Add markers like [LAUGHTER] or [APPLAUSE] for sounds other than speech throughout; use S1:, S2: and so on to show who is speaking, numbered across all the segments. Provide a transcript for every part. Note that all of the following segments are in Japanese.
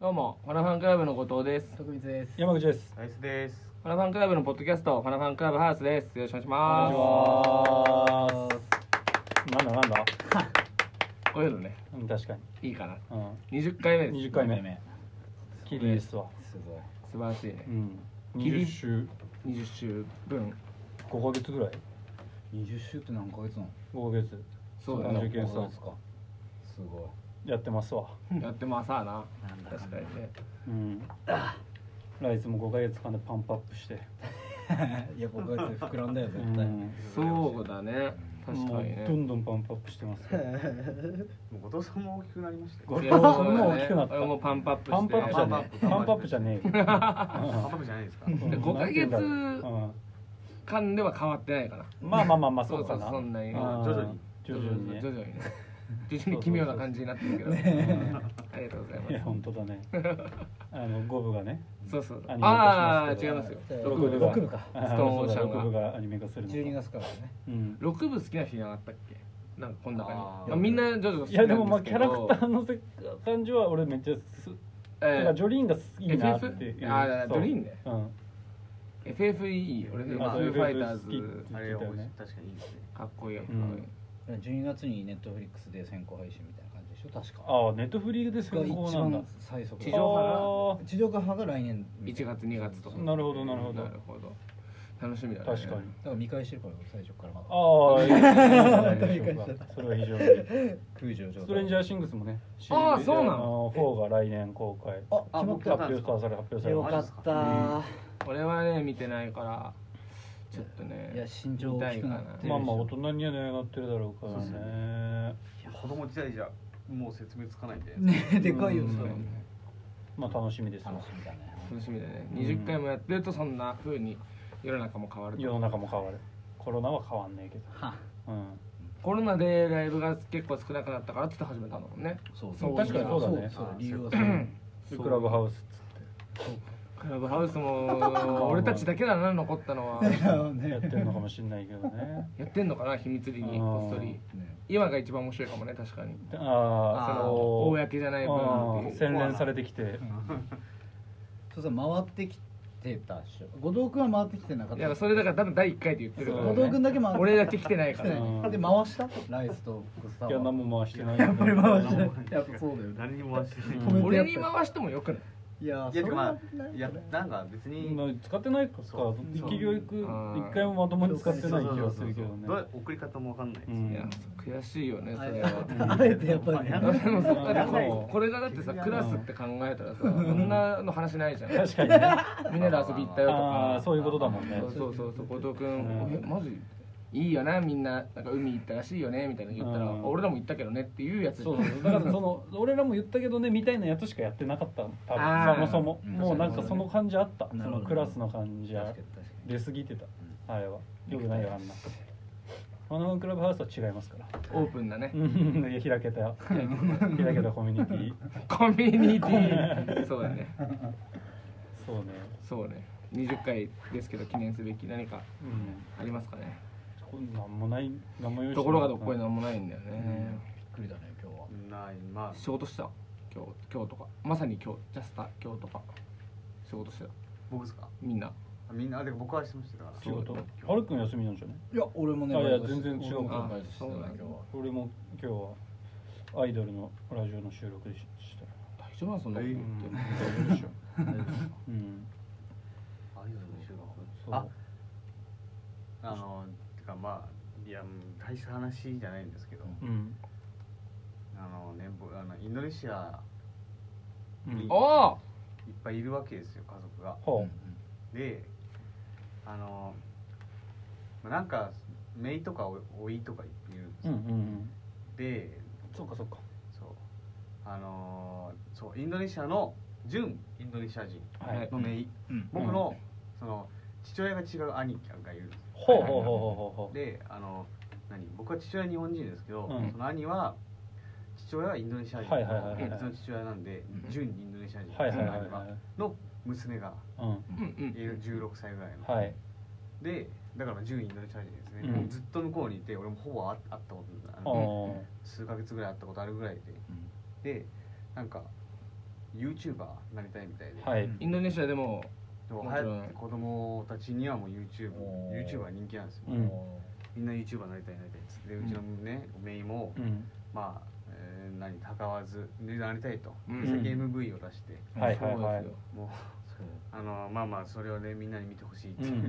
S1: どうも、ファナファンクラブの後藤です。
S2: 徳光です。
S3: 山口です。
S4: ナイスです。
S1: ファナファンクラブのポッドキャスト、ファナファンクラブハウスです。よろしくお願いし
S3: お
S1: ます。
S3: 願いします。なんだなんだ。
S1: こういうのね、
S3: うん確かに。
S1: いいかな。
S3: う
S1: 20回目
S3: ん。
S1: で
S3: 二
S1: す。
S3: 十回目。キリですわ。
S2: すごい。
S1: 素晴らしいね
S3: う。ん。
S1: キ
S3: 二
S1: リ
S3: 十週
S1: 20週分。
S3: 五ヶ月ぐらい。
S2: 二十週って何ヶ月なの？
S3: 五ヶ月
S1: そうだ
S3: 30
S1: ね。
S3: 件
S2: そうですか。すご
S3: やってますわ。
S1: やってますわな。
S2: い。なんだ
S1: 確かにね。
S3: うん。ライズも五ヶ月間でパンプアップして。
S2: [LAUGHS] に。いや僕は膨らんだよ
S3: う
S2: 絶対。
S3: ん。
S1: そうだね。確
S3: も
S1: か
S3: う
S1: にね
S3: ど。んどんパンプアップしてます。
S4: もう後藤さんも大きくなりました
S3: 後
S4: よ。
S3: 藤
S1: い
S3: さ
S1: や
S3: んも大きくなっ
S1: 俺も
S3: た。
S1: パンプアップして。
S3: パンプアップじゃねえ。パ
S4: パ
S3: ン
S4: ン
S3: プ
S4: プ
S3: アッ
S4: アッ
S3: プ
S4: プ
S3: じゃねえよ。
S4: ハブじゃない
S3: [LAUGHS]
S4: ですか。
S3: う
S1: [LAUGHS]
S3: ん
S1: で5ヶ月
S3: うん
S1: 間では変わってないかな。
S3: まあまあまあまあ
S1: そ
S3: そうう
S1: そ
S3: か
S1: う、
S3: な。
S1: そんなに。
S3: うん
S4: 徐々に。
S3: 徐々にね。
S1: 徐々にね。徐々に奇妙な感じになってるけど。ありがとうござい
S3: いや
S1: ます。
S3: 本当だね。
S1: [LAUGHS]
S3: あの五部がね。
S1: そうそう。
S3: アニメ
S1: ああ、
S3: 化しますけ
S1: 違いますよ。
S3: ど
S2: 六
S1: 六
S2: 部
S1: 部
S2: 六
S1: が
S2: 部か。
S1: ストーンオーシャンが
S3: 六部がアニメ化するのか。
S2: 十二月からだね。
S3: うん。
S1: 六部好きな人いなかったっけ？なんかこの中に。
S4: あー
S1: まあみんな徐々に好
S3: い
S1: きな
S3: や
S1: ん
S3: でもま
S1: です
S3: あキ
S1: け
S3: ャ
S1: ど。
S3: ラクターのせ感じは俺めっちゃす。て
S1: え
S3: か
S1: ー
S3: [LAUGHS] ジョリーンがいいなっていう。
S1: FF あー
S3: そう
S1: ジョリーンね。
S3: うん。
S1: FF いい。俺フ
S3: あそう
S1: ーファイター
S3: FF
S1: ズ
S3: 好
S4: あれは美味しい確かにいいですね。
S1: かっこいいよ。
S3: うん
S1: かっこいい
S2: 十二月にネットフリックスで先行配信みたいな感じでしょ確か。
S3: ああネットフリーで先
S2: が
S3: 行
S2: 一
S3: なんだ
S2: 番。最速だ。
S1: 地上波が
S3: あ
S2: 地上波派が来年。
S1: 1月2月とか。
S3: なるほどなるほど
S1: なるほど。楽しみだ
S3: あ
S1: ね。
S3: 確かに。。
S2: だから見返してるから最初からまだ。
S3: ああいい
S1: [LAUGHS]
S3: ですねいい
S2: 理解し
S3: でしょう
S2: ちゃっ
S3: か。それは非常に。
S2: 空上状
S3: ストレンジャ
S2: ー。
S3: ーシングスもね。
S1: あーそうなの
S3: の。4が来年公開。
S2: あ決まっ
S3: 発表され発表さ
S2: た。
S3: れ
S2: よ
S3: ま
S2: か
S3: し
S2: ったー。
S1: 俺はね見てないからちょっとね。
S2: いや身長大きくなってる
S3: た。
S2: し。
S3: まあまあ大人にはねなってるだろうから
S4: そうです
S3: ね。
S4: 子供時代じゃもう説明つかないん
S3: [LAUGHS]
S4: で。
S2: [LAUGHS] ねでかいよ
S3: うん
S2: それ。
S3: まあ楽しみですよ
S2: 楽しみだね。
S1: 楽しみだね。
S3: うん
S1: 20回もやってるとそんな風に世の中も変わると
S3: 世の中も変わるコロナは変わんねえけど
S2: は。
S3: うん
S1: コロナでライブが結構少なくなったからっつって始めたんだもんね
S2: そう
S1: そう確かにそうだ
S3: ね
S2: そう
S4: あー
S2: 理由はそう。
S3: でクラブハウスっ
S1: クラブハウス
S3: [LAUGHS]
S1: も俺たちだけだな残ったのは
S3: つってやってるのかもしんないけどね
S1: やってんのかな秘密裏に
S3: あー
S1: こっそり
S2: ね
S1: 今が一番面白いかもね確かに
S3: でああ
S1: そ
S3: そ
S1: の
S3: の
S1: 公じゃない分
S3: あ
S1: ってい
S3: ー
S1: う
S3: 洗練されてきて
S2: そうそう回ってきてたっしょ後藤君は回ってきてなかっ
S1: い
S2: た
S1: やそれだから多分第1回で言ってるから、
S2: 後藤君だけ回って
S1: 俺だけ来てない
S2: き
S1: か
S2: て
S1: ら
S2: ないで回したライスとグスタ
S3: いや
S2: は
S3: 何も回してない
S2: やっぱり回してないやっぱそうだよね
S4: [LAUGHS] 何にも回してない。
S3: うん
S2: 止
S4: い
S2: めて
S1: 俺
S2: やっ
S1: に
S2: た
S1: 回してもよくない
S2: いや
S4: やてかま
S2: それは
S4: あいやなんか別に。
S3: まあ使ってないから
S4: そう
S3: 勢いよく
S1: あー
S3: 一回もまともに使ってない気がするけど
S4: ど
S3: ね
S4: う送り方もわかんない。
S3: うん
S1: いや悔しいよねそれは
S2: ああえてやっぱりね
S4: う
S1: でも
S4: ん
S1: さだってこ
S3: うん
S1: これがだってさクラスって考えたらさそんなの話ないじゃん
S3: 確かにね
S1: みんなで遊び行ったよと
S3: あ
S1: か
S3: あそういうことだもんね
S1: そうそうそうそう後藤君、
S3: うん
S1: えマジいいよなみんななんか海行ったらしいよねみたいなの言ったら、
S3: うん
S1: 俺らも行ったけどねっていうやつ
S3: そうそうだからその俺らも言ったけどねみたいなやつしかやってなかったの多
S1: あー
S3: 分そもそ
S2: うん
S3: ももうなんかその感じあったそ
S2: なるほど
S3: のクラスの感じ
S2: 確
S3: は
S2: かに確か
S3: 出過ぎてたあれはよくないよあんなファナファンクラブハウスは違いますから
S1: オープンなね、
S3: うんいや開けた開けた開けたコミュニティ
S1: コミュニティそうだね
S3: そうね
S1: そうね20回ですけど記念すべき何か
S3: うん
S1: ありますかね
S3: こんなんもないなんも用意してな
S1: と
S3: い
S1: ころがどっこいなんもないんだよね、
S2: にびっくりだね今日は
S4: ないまあ
S1: 仕事した今日今日とかまさに今日ジャスタ今日とか仕事してた
S4: 僕ですか。
S1: みんな
S4: あみんなあで僕はしてましたから。
S3: 仕事
S4: 今
S3: はるくん休みなんじゃない
S2: いや俺もね
S3: あいや
S2: バイトし
S3: 全然違う
S2: 俺もバイトしてた
S1: あそう
S2: ね
S1: なんだ
S2: 今日は
S3: 俺も今日はアイドルのラジオの収録しした
S1: 大丈夫なのそんなこと
S4: え
S1: 言
S3: う
S1: っ
S3: ん
S1: て
S3: 大丈夫でしょうん
S4: アイドルの収録。
S3: そう
S4: ああのてかまあいやうん大した話じゃないんですけど、
S3: うん
S4: あのね僕あのインドネシア
S3: うん
S1: おお
S4: いっぱいいるわけですよ家族が。
S3: ほう
S4: であのまあなんか姪とかおおいとかいるんです
S3: うんう
S4: よ、
S3: んうん
S4: で
S3: そうかそうか
S4: そうあのーそうインドネシアの純インドネシア人
S3: はい
S4: の姪、
S2: うん
S4: 僕の、その父親が違う兄貴がいるんですよ
S3: ほうほうほうほうほう
S4: であの何僕は父親は日本人ですけど、
S3: うん
S4: その兄は父親はインドネシア人、
S3: はいはいはいはい
S4: 別の父親なんで
S2: うん
S4: 純インドネシア人、
S3: はいはいはい
S4: その
S3: は
S4: 兄はいの娘が
S3: うん
S1: うんう
S4: いる
S1: ん
S4: 16歳ぐらいの、
S3: はい
S4: でだから純インドネシア人ですね、
S3: うん
S4: ずっと向こうにいて俺もほぼ会会ったこと
S3: あ
S4: ない
S3: ー
S4: 数ヶ月ぐらい会ったことあるぐらいででなんか YouTuber になりたいみたいで、
S3: はい、
S1: インドネシアでも
S4: でも
S1: も
S4: 流
S1: ちろん
S4: 行って子供たちにはもう YouTube
S2: おー
S4: YouTuber 人気なんですよ、
S3: うん
S4: みんな YouTuber になりたいなりたいっつってでうちのね、メイも、
S3: うん、
S4: まあ、えー何たかわずでなりたいと、
S1: うん
S4: で先 MV を出して
S3: はいはいは
S1: そうですよ
S3: い
S4: もう
S2: そう
S4: あのまあまあそれをねみんなに見てほしいって
S3: う
S4: いう、
S3: ん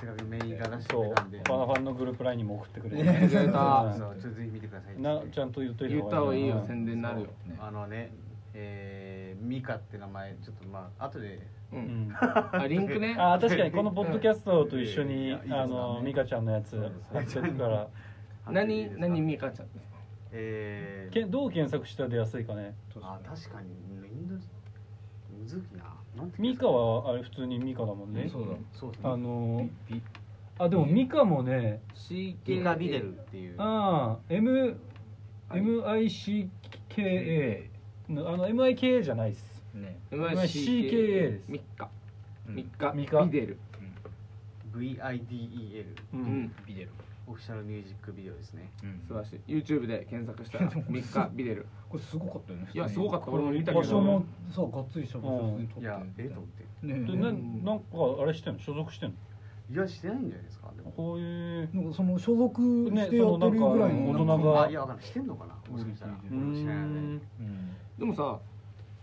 S4: せっかくメイが出して
S3: そ
S4: く
S3: う
S4: れ
S3: ワ
S4: たんで
S3: ナファンのグループラインにも送ってくれて
S2: ね
S1: くれ
S4: あ
S1: た
S4: そうちょっとぜひ見てくださいって
S3: なちゃんと言っとい
S1: [LAUGHS] 言った
S3: た
S1: 方
S3: 方
S1: が
S3: が
S1: い
S3: い
S1: い
S3: い
S1: よ
S3: な
S1: 宣伝になるよ
S2: ね
S4: あのねえー、ミカって名前ちょっとまあ後で
S1: う
S3: うんん
S1: あリンクね
S3: あ確かにこのポッドキャストと一緒に、
S4: うん
S3: あの
S2: い
S3: 美
S2: いですね
S3: 香ちゃんのやつ貼っておくから
S1: 何何
S4: ミ
S1: ミカちゃんって
S4: え
S3: け
S4: ー、
S3: んどう検索したら出やすいかね
S4: あ確かにインドむずいななんて
S3: 美香はあれ普通に美香だもんね
S1: そうだ
S4: そうです
S3: あ
S4: ね
S3: のあでも美香もね
S1: CK
S4: ミカビデルっていう
S3: ああ M MICKA のあの MIKA じゃないっす
S2: ね
S1: うまい
S3: CKA です
S1: ミカ
S2: うん
S1: ミカ
S3: ミカ
S1: ビデル
S4: VIDEL
S3: う
S1: うんん
S2: ビデル
S4: オフィシャルミュージックビデオですね
S2: うん
S1: 素晴らしい YouTube で検索したらミカビデル
S2: これすごかったよね
S1: いやすごか
S2: っ
S1: った俺も見たけど
S3: 場
S2: 場所
S3: 所も
S2: もさがっつりした場所に撮っ
S4: い
S2: て
S4: やええと思って
S2: ね
S3: で
S2: え
S3: な
S1: うん
S3: なんかあれしてんの所属してん
S4: いやしてないんじゃないですかで
S3: の
S4: も
S3: こういう
S2: なんかその所属してやってるぐらい
S3: ね
S2: の
S3: その
S2: な
S3: なん
S2: ん
S3: か
S2: か
S3: が
S4: あいやわかんないしてんのかなもしかしたら
S2: う
S3: う
S4: 俺も知らないので
S3: ん
S2: うん
S1: でもさ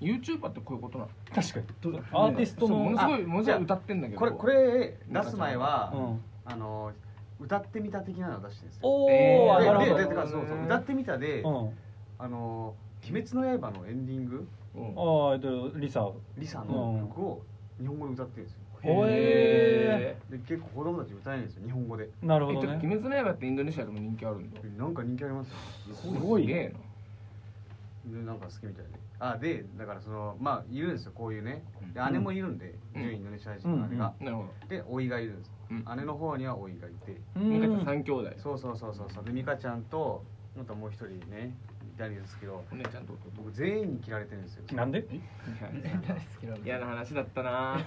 S1: YouTuber ってこういうことなの
S3: 確かに
S2: ど
S3: アーティス
S1: そ
S3: ト
S1: うも
S3: の
S1: のすごいものすご
S4: じゃあ
S1: い歌ってんだけど
S4: これこれ出す前
S3: あ
S4: は、
S3: うん
S4: あの歌ってみた的なのを出してるんですよ。
S3: お
S1: え
S3: お
S1: ー
S3: な
S1: あ
S3: る
S4: で
S3: ほ
S4: で
S3: ど
S4: だからそうそう歌ってみたで、
S3: うん
S4: あの鬼滅の刃のエンディング
S1: うん
S3: ああえっとリサ
S4: リサの曲を日本語で歌ってるんですよ。
S3: おえ
S1: え
S4: で結構子供たち歌えないんですよ日本語で。
S3: なる
S1: え
S3: ほ
S1: て
S3: ど
S1: か
S3: ね
S1: 鬼滅の刃ってインドネシアでも人気あるんだ
S4: なんか人気ありますよ。
S1: す
S3: ごい
S1: すげえ
S4: でなんか好きみたいで。あでだからそのまあいるんですよこういうね。で
S3: うん
S4: 姉もいるんで、
S1: うん
S4: 純インドネシア人の姉が。
S1: ななるほ
S4: で甥がいるんですよ。
S1: どうん
S4: 姉の方には甥がいて。
S3: うん
S1: ミカちゃん三兄弟
S4: そうそうそうそうそう。で美香ちゃんとあともう一人ねいたんですけど、
S1: お姉ちゃんと
S4: 僕全員に切られてるんですよ。
S3: なんで
S1: 弟
S2: 大好き [LAUGHS] なの
S1: 嫌な話だったな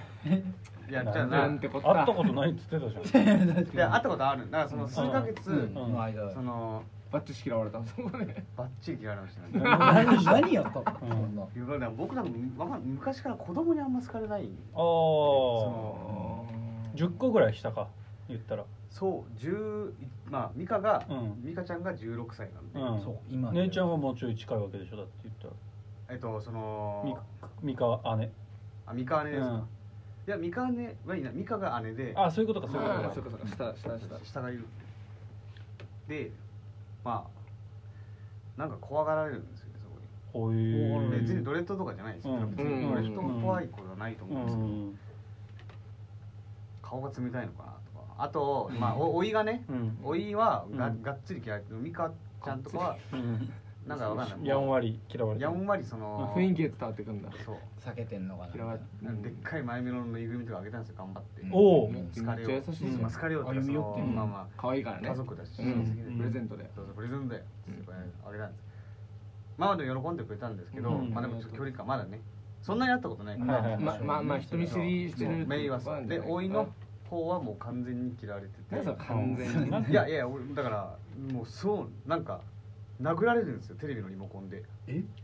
S1: い
S4: やじゃ
S1: な
S4: あなん
S1: て
S3: 会
S1: こ
S3: っ
S1: った
S3: たことないっつってたじゃん
S4: いや会ったことあるだからその数ヶ月、
S2: うん
S3: うん
S2: の間
S4: その
S1: バッチシ嫌われたのそこで
S4: バッチリ嫌われましたね
S2: [LAUGHS]
S3: [LAUGHS]
S2: 何何やったのそんな
S4: だから僕なんかわかん昔から子供にあんま好かれない
S3: ああ
S4: の
S3: 10個ぐらいしたか言ったら
S4: そう10まあ美香が、
S3: うん
S4: 美香ちゃんが16歳なんで、
S3: うん
S2: そう今
S3: 姉ちゃん
S2: は
S3: はもうちょい近いわけでしょだって言ったら
S4: えっとその
S3: みか姉
S4: あ美香姉ですか、
S3: うん
S4: いや美香姉はいいな美香が姉で
S3: あそういうことか
S1: あ
S3: そういう
S1: ー
S3: こ
S1: そ
S3: と
S1: う
S3: か
S1: かそうか下下下
S4: 下がいるでまあなんか怖がられるんですよねそこに
S3: こういう
S4: 別にドレッドとかじゃないですよ、
S3: うん
S4: 別にドレッドが怖いことはないと
S3: う
S4: 思うんですけど、
S3: ん
S4: 顔が冷たいのかなとかあと、まあ、おおいがね
S3: うん
S4: おいはが,、
S3: うん
S4: がっつり嫌い美香ちゃんとかは
S3: うん
S4: なんかわかんない
S3: やんわり嫌われて
S4: や
S3: る
S4: んわりその
S1: 雰囲気が伝わってくんだ
S4: そう
S2: 避けてんのかな
S1: 嫌われ
S4: なんかでっかい前メロのぬいぐるみとかあげたんですよ頑張って、
S2: うん
S3: おう
S1: めっ
S2: ん
S1: ちゃ
S4: 疲れよ
S1: 優しいじゃ
S3: うん
S1: ん
S4: まあ、疲れようとか
S2: 歩
S4: そ
S2: み寄って
S4: の
S1: の
S2: ん
S4: まあま
S1: 可愛いから
S4: あ
S1: ね
S4: 家族だし
S1: う
S4: 親戚で
S1: んプレゼントで
S4: どうぞプレゼントだよ
S1: うん
S4: これあげたんですまあまあ喜んでくれたんですけど、
S3: うん
S4: まあでもちょっと距離感まだねそんなに会ったことないから、
S3: はいはい
S1: ままあまあ人見知りして
S4: そう
S1: る
S4: メイは
S1: そうな
S4: さ
S1: んじゃ
S4: で
S1: ない
S4: おいの方はもう完全に嫌われてて
S1: 何それ完全に
S4: いやいや俺だからもうそうなんか殴られるんですよテレビのリモコンで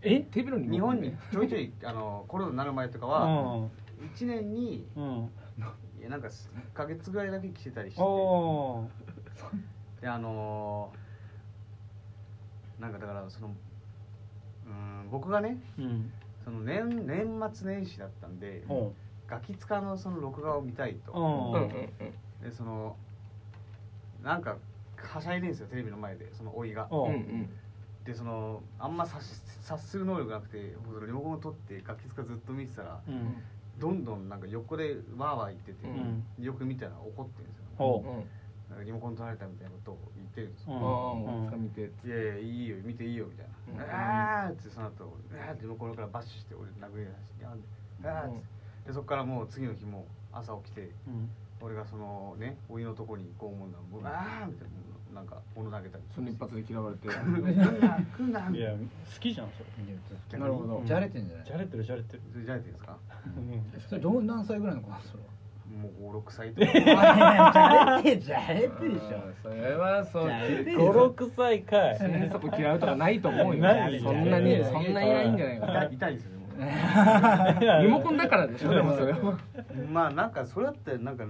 S3: え
S1: 手広に
S4: 日本にちょいちょいあのコロナになる前とか
S3: う
S4: は
S3: ん
S4: 1年に
S3: うん
S4: いやなんか1ヶ月ぐらいだけ来てたりして
S3: お
S4: であのーなんかだからそのうん僕がね
S3: ーうん
S4: その年年末年始だったんで
S3: おう
S4: ガキ使のその録画を見たいと
S1: うんうんんう
S3: う
S1: ん
S4: でそのなんかはしゃいでんですよテレビの前でそのおいが
S1: う
S3: お
S1: んう
S3: うん
S4: でそのあんま察し察する能力がなくてそのリモコンを取ってガキ使ずっと見てたら
S3: うん
S4: どんどんなんか横でわーわー言ってて、
S3: うん
S4: よく見たら怒ってるんですよ
S1: う
S3: おうん
S1: うん
S4: なんかリモコン取られたみたいなことを言ってるんですよ、
S1: ああ
S3: うん
S1: もうつかみて
S4: いやいやいいよ見ていいよみたいな、
S1: うん
S4: ああーってその後あーって向こうからバッシュして俺殴り出してあーって、でそこからもう次の日も朝起きて
S3: うん
S4: 俺がそのねおいのとこにこう思うんだもんああみたいななんか物投げたり
S1: その一発で嫌われて
S4: 来んな来んない
S3: や好きじゃんそれ
S4: 逆に
S1: なるほど
S2: じゃれてんじゃない
S3: じゃれてるじゃれてる
S4: それじゃあいいですか
S3: うん
S2: それどう何歳ぐらいの子なん
S1: [LAUGHS]
S2: それは
S4: もう56歳とか
S2: じゃれてじゃれてでし
S1: あ
S2: ょ
S1: ーそれはそう
S3: 56歳かい
S1: 心底嫌うとかないと思うよ
S3: ない
S1: そんなにそんなにないんじゃないか
S4: 痛
S1: ない
S4: 痛いですよねもう
S1: リモコンだからでしょでもそれは
S4: まあなんかそれだってなんか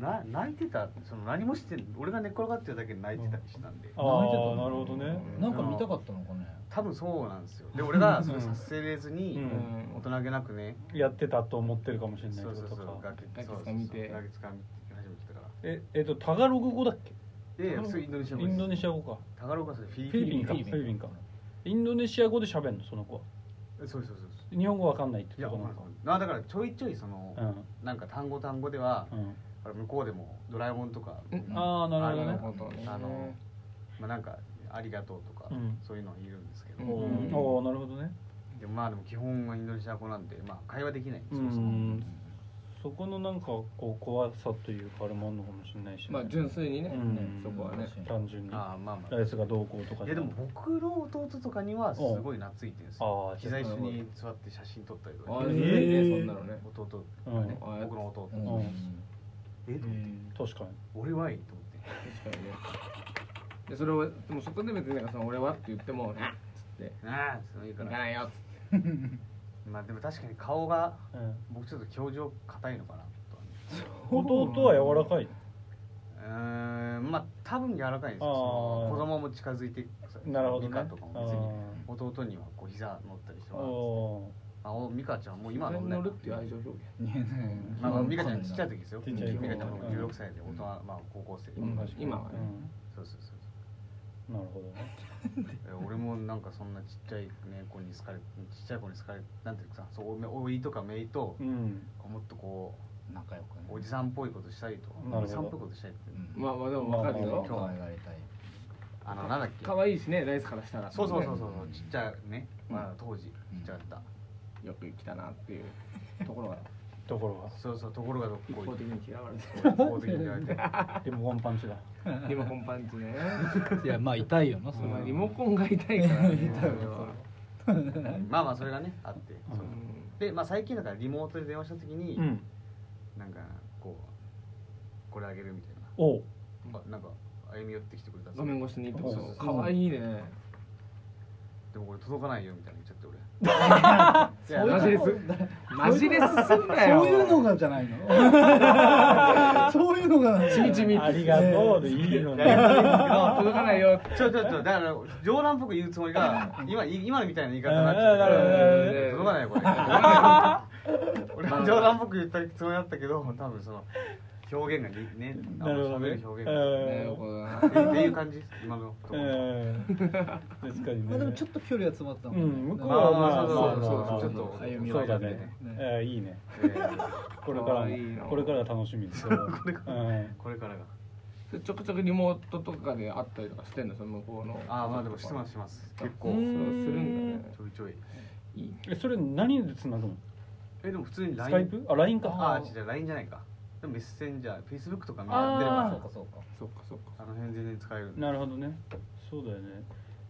S4: な泣いてたその何もして俺が寝っ転がってるだけで泣いてたりしたんで
S3: ああなるほどね
S2: なんか見たかったのかね
S4: 多分そうなんですよで俺がそれさせれず
S3: う
S4: に
S3: ん
S4: 大人げなくね
S3: やってたと思ってるかもしれないけ
S4: そ
S3: ど
S4: うそうそう
S3: とか
S4: 楽器
S1: ガキ
S4: そうそう
S1: 使見て
S4: ガキ使見て始めてたから
S3: ええっとタガログ語だっけ
S4: いやいやそれインドネシア語
S3: イ
S4: です
S3: ンドネシア語か
S4: タガログはそれフィリ
S3: フィリ
S4: ピ
S3: ピ
S4: ン
S3: ンかフィリピンかインドネシア語で喋んのその子は
S4: そうそうそうそう
S3: 日本語わかんないって
S4: いや
S3: こと
S4: わ
S3: な
S4: か
S3: の
S4: ん
S3: か
S4: ないまあだからちょいちょいその
S3: うん
S4: なんか単語単語では
S3: うん
S4: あの向こうでもドラえもんとか
S1: うん
S3: ああなるほどね
S1: ほど
S4: あのまあなんかありがとうとか
S3: うん
S4: そういうのは言うんですけど
S1: うん
S3: うんおーなるほどね
S4: でもまあでも基本はインドネシア語なんでまあ会話できないんです
S3: う
S4: よそも
S3: んそこのなんかこう怖さというかあれもあるのかもしれないしね、
S1: まあ純粋にね
S3: うん
S1: そこはね
S3: 単純に
S4: ああまあま
S3: ライスがどうこうとか
S4: あ
S3: じ
S4: い
S3: ゃ
S4: やで
S3: な
S4: も僕の弟とかにはすごい懐いてるんですよ
S3: ああじゃ
S4: 膝一緒に座って写真撮ったりと
S1: あ
S4: か
S1: あ
S3: え
S1: ず
S3: ー
S1: るいねそんなのね
S4: 弟
S3: あ
S4: が
S3: うん
S4: ね
S1: うん
S4: 僕の弟
S2: うん
S3: うん
S4: えと思って
S3: 確かに
S4: 俺はいいと思って [LAUGHS]
S1: 確かにねでそれをでもそこで別になんかその俺はって言っても「あっ」つって
S4: ああそうい
S1: 「
S4: いか
S1: 行からないよ」っつって
S4: まあでも確かに顔が
S3: うん
S4: 僕ちょっと表情硬いのかなとはね
S3: 弟は柔らかいう
S4: ーんまあ多分柔らかいんです
S3: あ
S4: よ
S3: ー
S4: その子供も近づいて
S3: なるほどね
S4: ミカとかも別に弟にはこう膝乗ったりして
S3: あー
S4: もらってあおミカちゃんもう今は乗んない
S1: 乗
S4: な
S1: るっていう愛情表現
S4: まあまあミカちゃんちっちゃい
S2: 時
S4: 時ですよ
S3: ち
S4: ミ
S3: っ
S4: カ
S3: ち
S4: ち
S3: ゃ
S4: ゃ
S3: い
S4: ん
S3: 頃
S4: も16歳で大人まあ高校生
S1: うん
S4: そう
S3: 確かに
S1: 今はね
S4: そうそう
S3: うんなるほどね
S4: そう俺もなんかそんなちっちゃいね子に好かれちっちゃい子に好かれなんていうかさそうおいとかめいと
S3: うん
S4: もっとこ
S2: 仲良くね
S4: うおじさんっぽいことしたりと
S3: な
S4: お
S3: るほど
S4: じさんっぽいことしたりって
S2: うん
S1: まあまあでも分かる
S3: まあ
S1: よ
S4: ま
S2: 可
S4: あ
S2: 愛がりたい
S4: あのなんだっけ
S1: 可愛いしねライスからしたら
S4: そうそうそうそううそうちっちゃいねまあ当時ちっちゃかった
S1: よく来たなっていうところが
S3: ところ
S4: そうそうところがどっ
S1: 一
S4: こい
S1: 方的に嫌われて
S4: 一方的に言われて
S3: がリモコンパンチだ
S1: リモコンパンチね
S2: いやまあ痛いよなそれ
S1: ま
S2: は
S1: あリモコンが痛いからね
S4: 痛いわまあまあそれがねあって
S3: うん
S4: でまあ最近だからリモートで電話した時に
S3: うん
S4: なんかこうこれあげるみたい
S3: おう
S4: なあなんか歩み寄ってきてくれたんです
S1: 画
S4: よ
S1: 面越しにいいってこ
S3: そう
S1: と
S2: そう
S1: 可愛いね
S4: でも俺届かないよみたいな言っちゃって俺い
S2: [LAUGHS] そう
S1: マジ
S2: い
S1: レ
S2: うこ
S1: ス
S2: と
S1: マジレスすん
S2: そう
S1: なよ
S2: いうのがじゃないのそういうのがなんだ
S1: ちびちび
S3: ありがとうでいいの
S4: いやいや
S3: ね
S4: いや
S1: あ届かないよ
S4: ちょちょちょだから冗談っぽく言うつもりが
S3: [LAUGHS]
S4: 今今のみたいな言い方になっち
S3: あーなるほど
S4: ゃっ
S1: ね
S4: て届かないよ
S3: [LAUGHS]
S4: これ俺は冗談っぽく言ったつもりだったけど多分その表現がにねあ
S3: なんるほど
S4: ま
S3: ね
S4: 喋る表現
S3: うん
S4: が
S1: ねえこれ
S4: ってっていう感じです今のとこ
S3: う
S4: ろ
S3: ん確かに
S2: まあ
S3: ね
S2: でもちょっと距離は詰まったも
S3: うんん
S2: ね
S3: 向こう
S4: ま
S3: は
S4: あまあ
S3: まあ
S4: そう
S3: まあま
S4: そ
S3: あ
S4: うそうち
S3: ま
S4: ょっ
S3: あ
S4: と
S2: 歩み寄
S3: そう
S2: り
S3: だ
S2: だ
S3: ね
S2: ね
S3: えーいいね
S4: えー
S3: これから
S1: 可愛いな
S3: もこれからが楽しみですよ
S4: これか
S3: うん
S4: これからが
S1: それちょくちょくリモートとかで会ったりとかしてんのその向こうの
S4: ああまあでもしてますしてます結構
S1: そう
S3: う
S1: す
S3: ん
S4: ち
S1: るんだね
S4: ょいちょい
S1: いいね
S3: えそれ何でつなぐの
S4: えでも普通に
S3: スカイ
S4: LINE
S3: プあ LINE か
S4: ああ違う LINE じゃないかでもメッセンジャー Facebook とか見
S3: あー
S4: 出れば
S2: そうかそうか
S1: そっかそっか
S4: あの辺全然使えるんで
S3: なるほどねそうだよね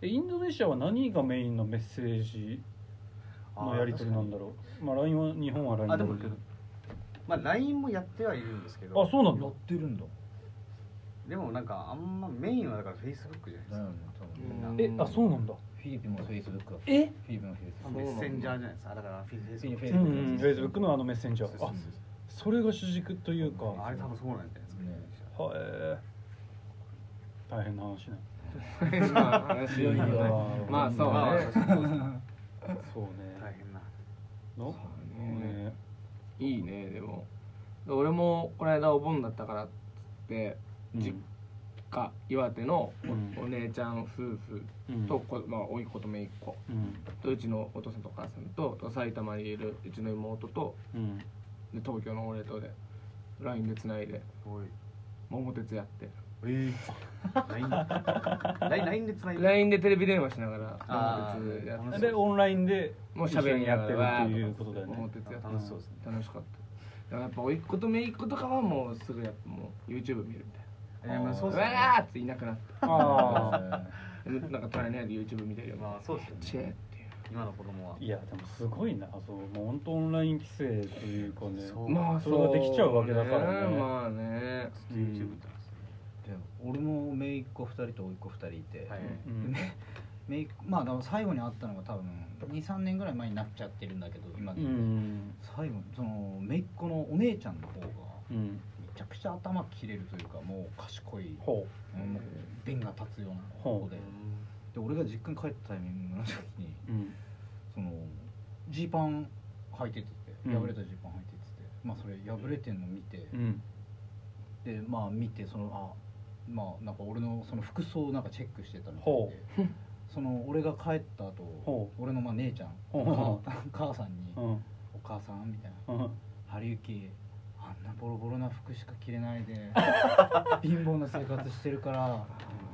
S3: えインドネシアは何がメインのメッセージのやり取りなんだろうまあ LINE は日本は LINE だ
S4: あで
S3: ろ
S4: も
S3: うけど
S4: まあ LINE もやってはいるんですけ
S3: あ
S4: ど
S3: そうなんだ
S2: やってるんだ
S4: でもなんかあんまメインはだから Facebook じゃないで
S2: だ
S4: す
S2: よ
S4: か
S2: ね多分みんな
S1: うん
S3: えあそうなんだ
S2: フィリピンもフェイスブックだ
S3: え
S2: フィリピンもフェイスブ
S4: あ
S2: ック
S4: メッセンジャーじゃないですかあだからフェイス
S2: フェイス
S3: うん
S2: ブ
S3: う
S2: ック
S3: ん Facebook のあのメッセンジャ
S4: そう
S3: ー
S4: そう
S3: あそれが主軸というか
S4: あ
S3: は
S4: れ多分そうなんじゃないですか
S2: ね
S3: え大変な話ね
S1: まあ話を
S2: いやいや
S1: まあそう
S4: まあ
S1: ね
S4: そうそうそう
S3: そう
S4: 大
S3: ね
S4: 変な
S3: の
S1: そうね
S3: ね
S1: いいねでもで俺もこの間お盆だったからっつって
S3: うん
S1: 実か岩手の
S3: うん
S1: おお姉ちゃん夫婦
S3: うん
S1: とこ、まあ、甥っ子と姪っ子
S3: うん
S1: とうちのお父さんとお母さんと埼玉にいるうちの妹と
S3: うん
S1: で東京の俺とで LINE でつないです
S4: ごい
S1: 桃鉄やって
S4: ええ LINE LINE で繋いで
S1: LINE でテレビ電話しながら
S4: あー
S1: 桃鉄やっ
S4: 楽
S1: て
S4: しそう
S3: でオンラインで
S1: もう喋りながらわ
S3: 一緒にや
S1: ー
S3: っ
S1: って
S3: るっていうことだよね
S1: 桃鉄やって
S4: 楽しそうですね
S1: 楽しかったでもやっぱ甥っ子と姪っ子とかはもうすぐやっぱもう YouTube 見るみたいな
S4: えーまあそう
S1: う
S4: っすよね
S1: わーっていなくなって
S3: ああ
S1: でもなんか隣の部屋で YouTube 見てるよ
S4: まあそうですよ
S1: チェーっ
S4: ね
S1: ていう
S4: 今の子供はい
S3: やでもすごいなそうもう本当オンライン規制というかね
S4: そう
S1: まあ
S3: それができちゃうわけだからね
S1: まあね
S4: ずっと YouTube ってます
S2: 俺も姪っ子2人と甥っ子2人いて、
S4: ねはい
S3: うん
S2: メイクまあだから最後に会ったのが多分23年ぐらい前になっちゃってるんだけど今
S3: う
S2: で、
S3: ん
S2: 最後その姪っ子のお姉ちゃんの方が
S3: うん
S2: めちゃくちゃ頭切れるというかもう賢い
S3: ほ
S2: もう弁が立つような子でで俺が実家に帰ったタイミングの時に
S3: ううん
S2: そのジーパン履いてて
S3: うん
S2: 破れたジーパン履いてて、まあそれ破れてんの見て、
S3: うん
S2: でまあ見てそのあまあなんか俺のその服装をなんかチェックしてたみたい
S3: ほ
S2: でその俺が帰った後
S3: ほ
S2: 俺のまあ姉ちゃん
S3: ほうほ
S2: 母さんに
S3: うんうん
S2: 「お母さん」みたいな
S3: うん
S2: 「春雪あんなボロボロな服しか着れないで [LAUGHS] 貧乏な生活してるから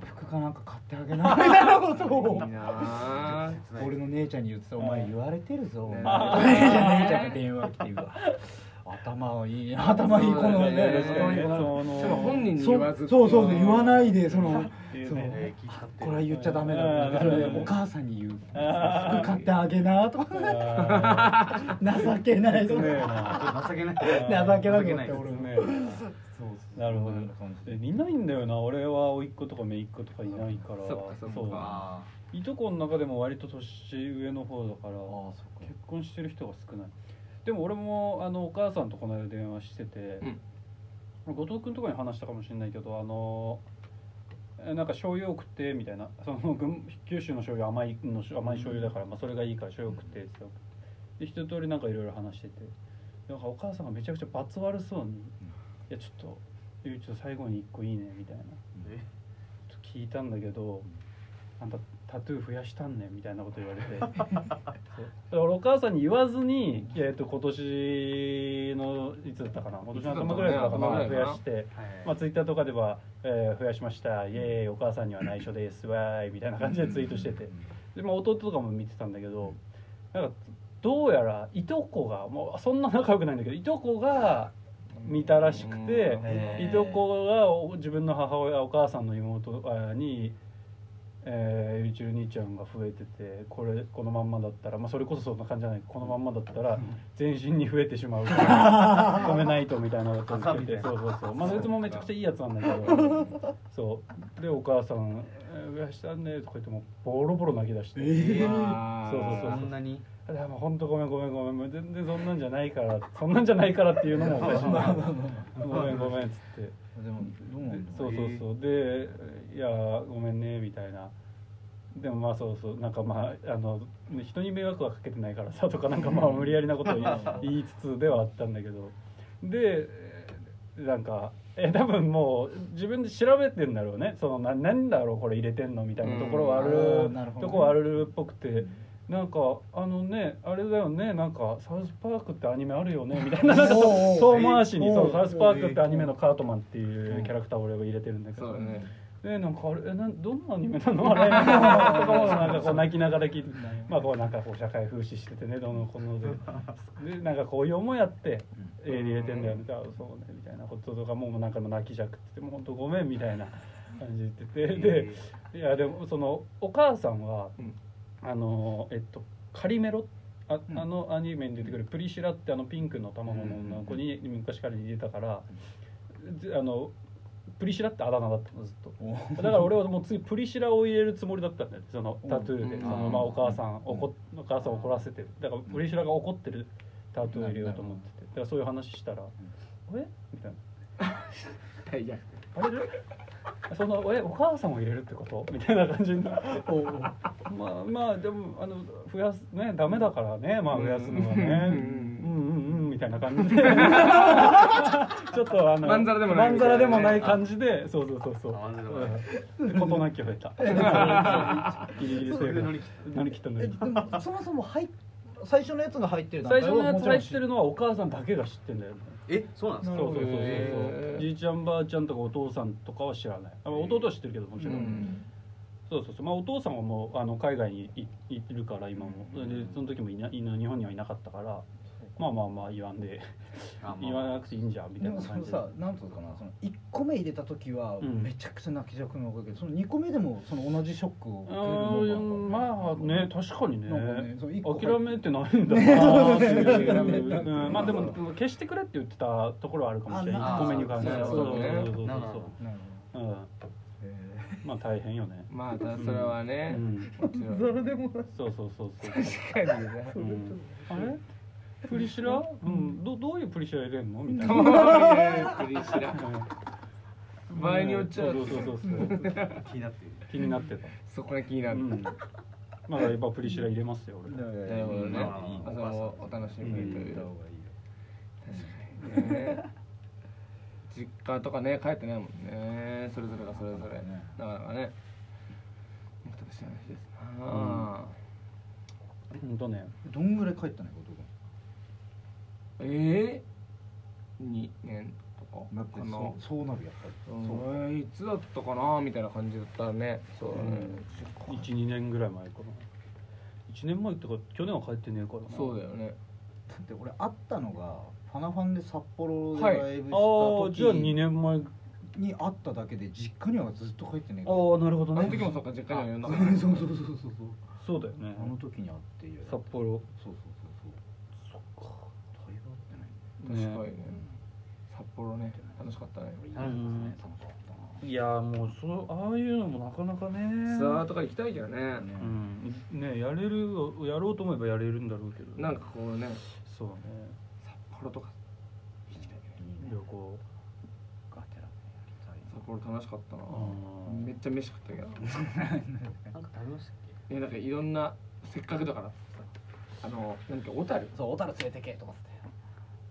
S2: 服かなんか買ってあ [LAUGHS] げない」みたいなこと
S1: いい
S2: を。
S1: な
S3: [LAUGHS]
S1: あ
S2: 俺の姉ちゃんに言ってた「お前言われてるぞ」お
S1: ね
S2: 前姉ちゃん姉ちゃんが電話来て言うわ頭いい頭いい子
S1: そう
S2: の
S1: だね
S2: ね
S1: 確かに
S3: その
S1: しかも本人に言わず
S2: そそうそうそう言わないいでその
S3: っていう
S2: そう
S3: ね
S4: えー気遣ってる
S2: これは言っちゃダメ
S3: あ
S2: だ
S3: ー
S2: それお母さんに言う
S3: あー
S2: 服買ってあげなとか
S3: あ
S2: 情けない
S3: ー
S2: と
S3: 切
S2: か
S3: ねえ
S2: 情
S3: な
S4: 情けない
S2: けなくなっ
S4: い
S2: て俺
S3: 切
S2: も
S3: ねえな
S4: そう
S3: なるほど
S2: そんな感じ
S3: えいないんだよな俺は甥っ子とか姪っ子とかいないから
S1: そっかそっか
S3: う
S4: あ
S3: いとこの中でも割と年上の方だから
S2: あーそっか
S3: 結婚してる人が少ないでも俺もあのお母さんとこの間電話してて、後藤君とかに話したかもしれないけどあのえなんか醤油を食ってみたいなその群九州の醤油甘いの甘い醤油だから、まあ、それがいいから醤油食ってって言ってで一通りなんかいろいろ話しててなんかお母さんがめちゃくちゃ罰悪そうに「いやちょっとゆうちょ最後に一個いいね」みたいな
S4: え
S3: ちょっと聞いたんだけど「あんたタトゥー増やしたんね」みたいなこと言わ
S1: [LAUGHS]
S3: れてそうだから俺お母さんに言わずに、えー、と今年のいつだったかな今年の頭ぐらいだったか
S1: いつだった
S3: な
S1: か
S3: 増
S1: な
S3: やして、
S4: はい
S3: まあ、ツイッターとかでは、えー増やしましたイエーイお母さんには内緒ですわーい」みたいな感じでツイートしててで、まあ、弟とかも見てたんだけどなんかどうやらいとこがもうそんな仲良くないんだけどいとこが見たらしくて
S4: へー
S3: いとこがお自分の母親お母さんの妹あに、えー、ゆうちゅう兄ちゃんが増えててこれこのまんまだったら、まあ、それこそそんな感じじゃないこのまんまだったら全身に増えてしまう
S4: [LAUGHS]
S3: から止めないとみたいなこと言ってて
S4: 赤
S3: そう
S4: みたいな
S3: そうそうまあそいつもめちゃくちゃいいやつなんだけどそうでお母さん「えー増やしたね」とか言ってもうボロボロ泣き出して。
S2: えー
S3: そうそう
S4: そんなに
S3: いやもう本当ごめんごめんごめんもう全然そんなんじゃないからそんなんじゃないからっていうのもおかしい
S4: [LAUGHS]
S3: なごめんごめんっつって
S2: でもどうなんだ
S3: そ
S2: ろ
S3: うそうそうでいやごめんねみたいなでもまあそうそうなんかまああの人に迷惑はかけてないからさとかなんかまあ無理やりなことを言い言いつつではあったんだけどでなんかえ多分もう自分で調べてんだろうねそのな何だろうこれ入れてんのみたいなところはあ
S2: うんあ
S3: る
S2: ーなるほどね
S3: とこはあるっぽくて。なんかあのねあれだよねなんか「サウスパーク」ってアニメあるよねみたいななんか
S2: おー
S3: 遠回しに
S2: おー
S3: そ
S2: お
S3: う「
S2: ー
S3: サウスパーク」ってアニメのカートマンっていうキャラクターを俺が入れてるんだけ
S1: そう
S3: ど
S1: だね
S3: えなんかあれえなんどんなアニメなのあ [LAUGHS] れみたいなとかもなんかこう泣きながら聞いてまあこうなんかこう社会風刺しててねどうのこうのででなんかこういう思いやってえー入れてんだよねあそうねみたいなこととかもうなんかもう泣きじゃくっててもう本当ごめんみたいな感じで言っててでいやでもそのお母さんは、
S1: うん
S3: あのえっとカリメロあ,、
S2: うん
S3: あのアニメに出てくるプリシラってあのピンクの卵の女の子に昔から似てたから、であのプリシラってあだ名だったのずっと。
S2: お
S3: だから俺はもう次プリシラを入れるつもりだったんだよそのタトゥーで、
S1: うん
S3: そのまあ
S2: うん
S3: お母さん、
S2: うん
S3: おこお母さんを怒らせてるだからプリシラが怒ってるタトゥーを入れようと思っててだからそういう話したら「えみたいな
S1: はいや
S3: 「あれそのえお母さんを入れるってこと?」みたいな感じになって
S2: お
S3: まあまあでもあの増やすねダメだからねまあ増やすのはね
S1: う
S3: うんんうんうんみたいな感じでちょっとあの
S1: まんざらでもない
S3: まんざらでもない感じでそうそうそうそう
S4: あまんざらでもない
S3: うん事なきを得たギリギリセーフ
S4: それで乗り切
S3: 乗り切った乗
S2: え
S3: り切った
S2: でもそもそも入っ最初のやつが入ってる
S3: 最初のやつ入
S2: 入
S3: ってるのはお母さんだけが知ってんだよね
S4: えそうなんで
S3: そ
S4: す
S3: う
S4: か
S3: そうそうそうそう
S1: へー
S3: じいちゃんばあちゃんとかお父さんとかは知らないあ弟は知ってるけどもちろん、
S1: うん
S3: そうそうそうまあお父さんはもうあの海外にいいいるから今もでその時もいないな日本にはいなかったからまあまあまあ言わんで
S4: あ
S3: 言わなくていいんじゃんみた
S2: で
S3: い
S2: も
S3: な
S2: そ
S3: 感
S2: の
S3: じで
S2: さなんつうのかなその1個目入れた時は
S3: うん
S2: めちゃくちゃ泣きじゃくのおかげでその2個目でもその同じショックを
S3: う
S2: 受ける
S3: ーんま
S2: のが
S3: あね確かにね
S2: なんかねその一個
S3: 諦めてないんだなっていう
S2: ね諦めてない
S3: うんまあでもでも消してくれって言ってたところはあるかもしれない
S2: あ
S3: 1個目に関しては
S1: そうだね
S3: そうそうそう
S4: なるほ
S3: そう
S2: なるほど
S3: うん
S2: へ
S3: まあ大変よね、
S1: まあただそれは
S3: う
S1: ね、
S3: ん、
S1: もちろん
S2: それでも
S3: そうそうそうそう
S2: 確かにね
S3: うんあれプリシラ、うん、どどういうプリシラ入れんのみたいな、
S1: たまに知らん
S3: う
S1: [LAUGHS]
S3: ん
S1: 場合によっちゃ
S3: そうそうそうそう
S4: 気になってる
S3: 気になってた、
S1: そこが気にな
S3: う
S1: る、
S3: ん、まだやっぱプリシラ入れますよ俺
S2: だよ
S1: なるほどね、
S4: ま
S1: あ、
S4: あ
S1: それもお楽しみにという、
S4: 方がいいよ
S1: 確かにね実家とかね帰ってないもんねそれぞれがそれぞれ
S2: ね
S1: なかなかね難しい話ですなあ、
S3: ほんとね
S2: どんぐらい帰ったね後藤君
S1: ええ2年とか
S2: だって
S1: かな
S2: そうそうなるやっぱり
S1: そうえーいつだったかなみたいな感じだったねそうだね、
S3: 12年ぐらい前かな1年前ってか去年は帰ってねえからな
S1: そうだよね
S2: だって俺会ったのがファナファンで札幌で
S1: はい
S2: ライブした
S3: ああじゃあ
S2: 時
S3: 2
S2: に
S3: 年前あ
S2: 会っただけで実家にはずっと帰ってねえ
S3: あーなるほ
S1: あ
S3: ど
S1: の
S3: ね
S1: 時もそっか実家には呼んだ
S2: そ
S1: か
S2: う
S1: ら
S2: そうそうそうそうそう
S3: そうだよね
S2: あの時に会って以来
S3: 札幌
S2: そうそうそ
S3: そ
S2: う
S3: っか
S2: そうだいぶ会ってない
S1: 確
S3: ね
S1: かにね札幌ね楽しかったね
S2: 俺いいですね楽しかったない
S3: やーもうそうああいうのもなかなかね
S1: ツアーとか行きたいけどね
S2: ね
S3: うんねやれるやろうと思えばやれるんだろうけど
S1: なんかこうね
S3: そうね
S1: 札幌とか行きたいね
S2: いいね
S3: 旅行
S2: ガテラ
S1: 札幌楽しかったな
S3: うん
S1: めっちゃ飯食ったけど
S4: なんか食べましたっけ
S1: えなんかいろんなせっかくだからさあのなんか小樽
S2: そう小樽連れてけとかって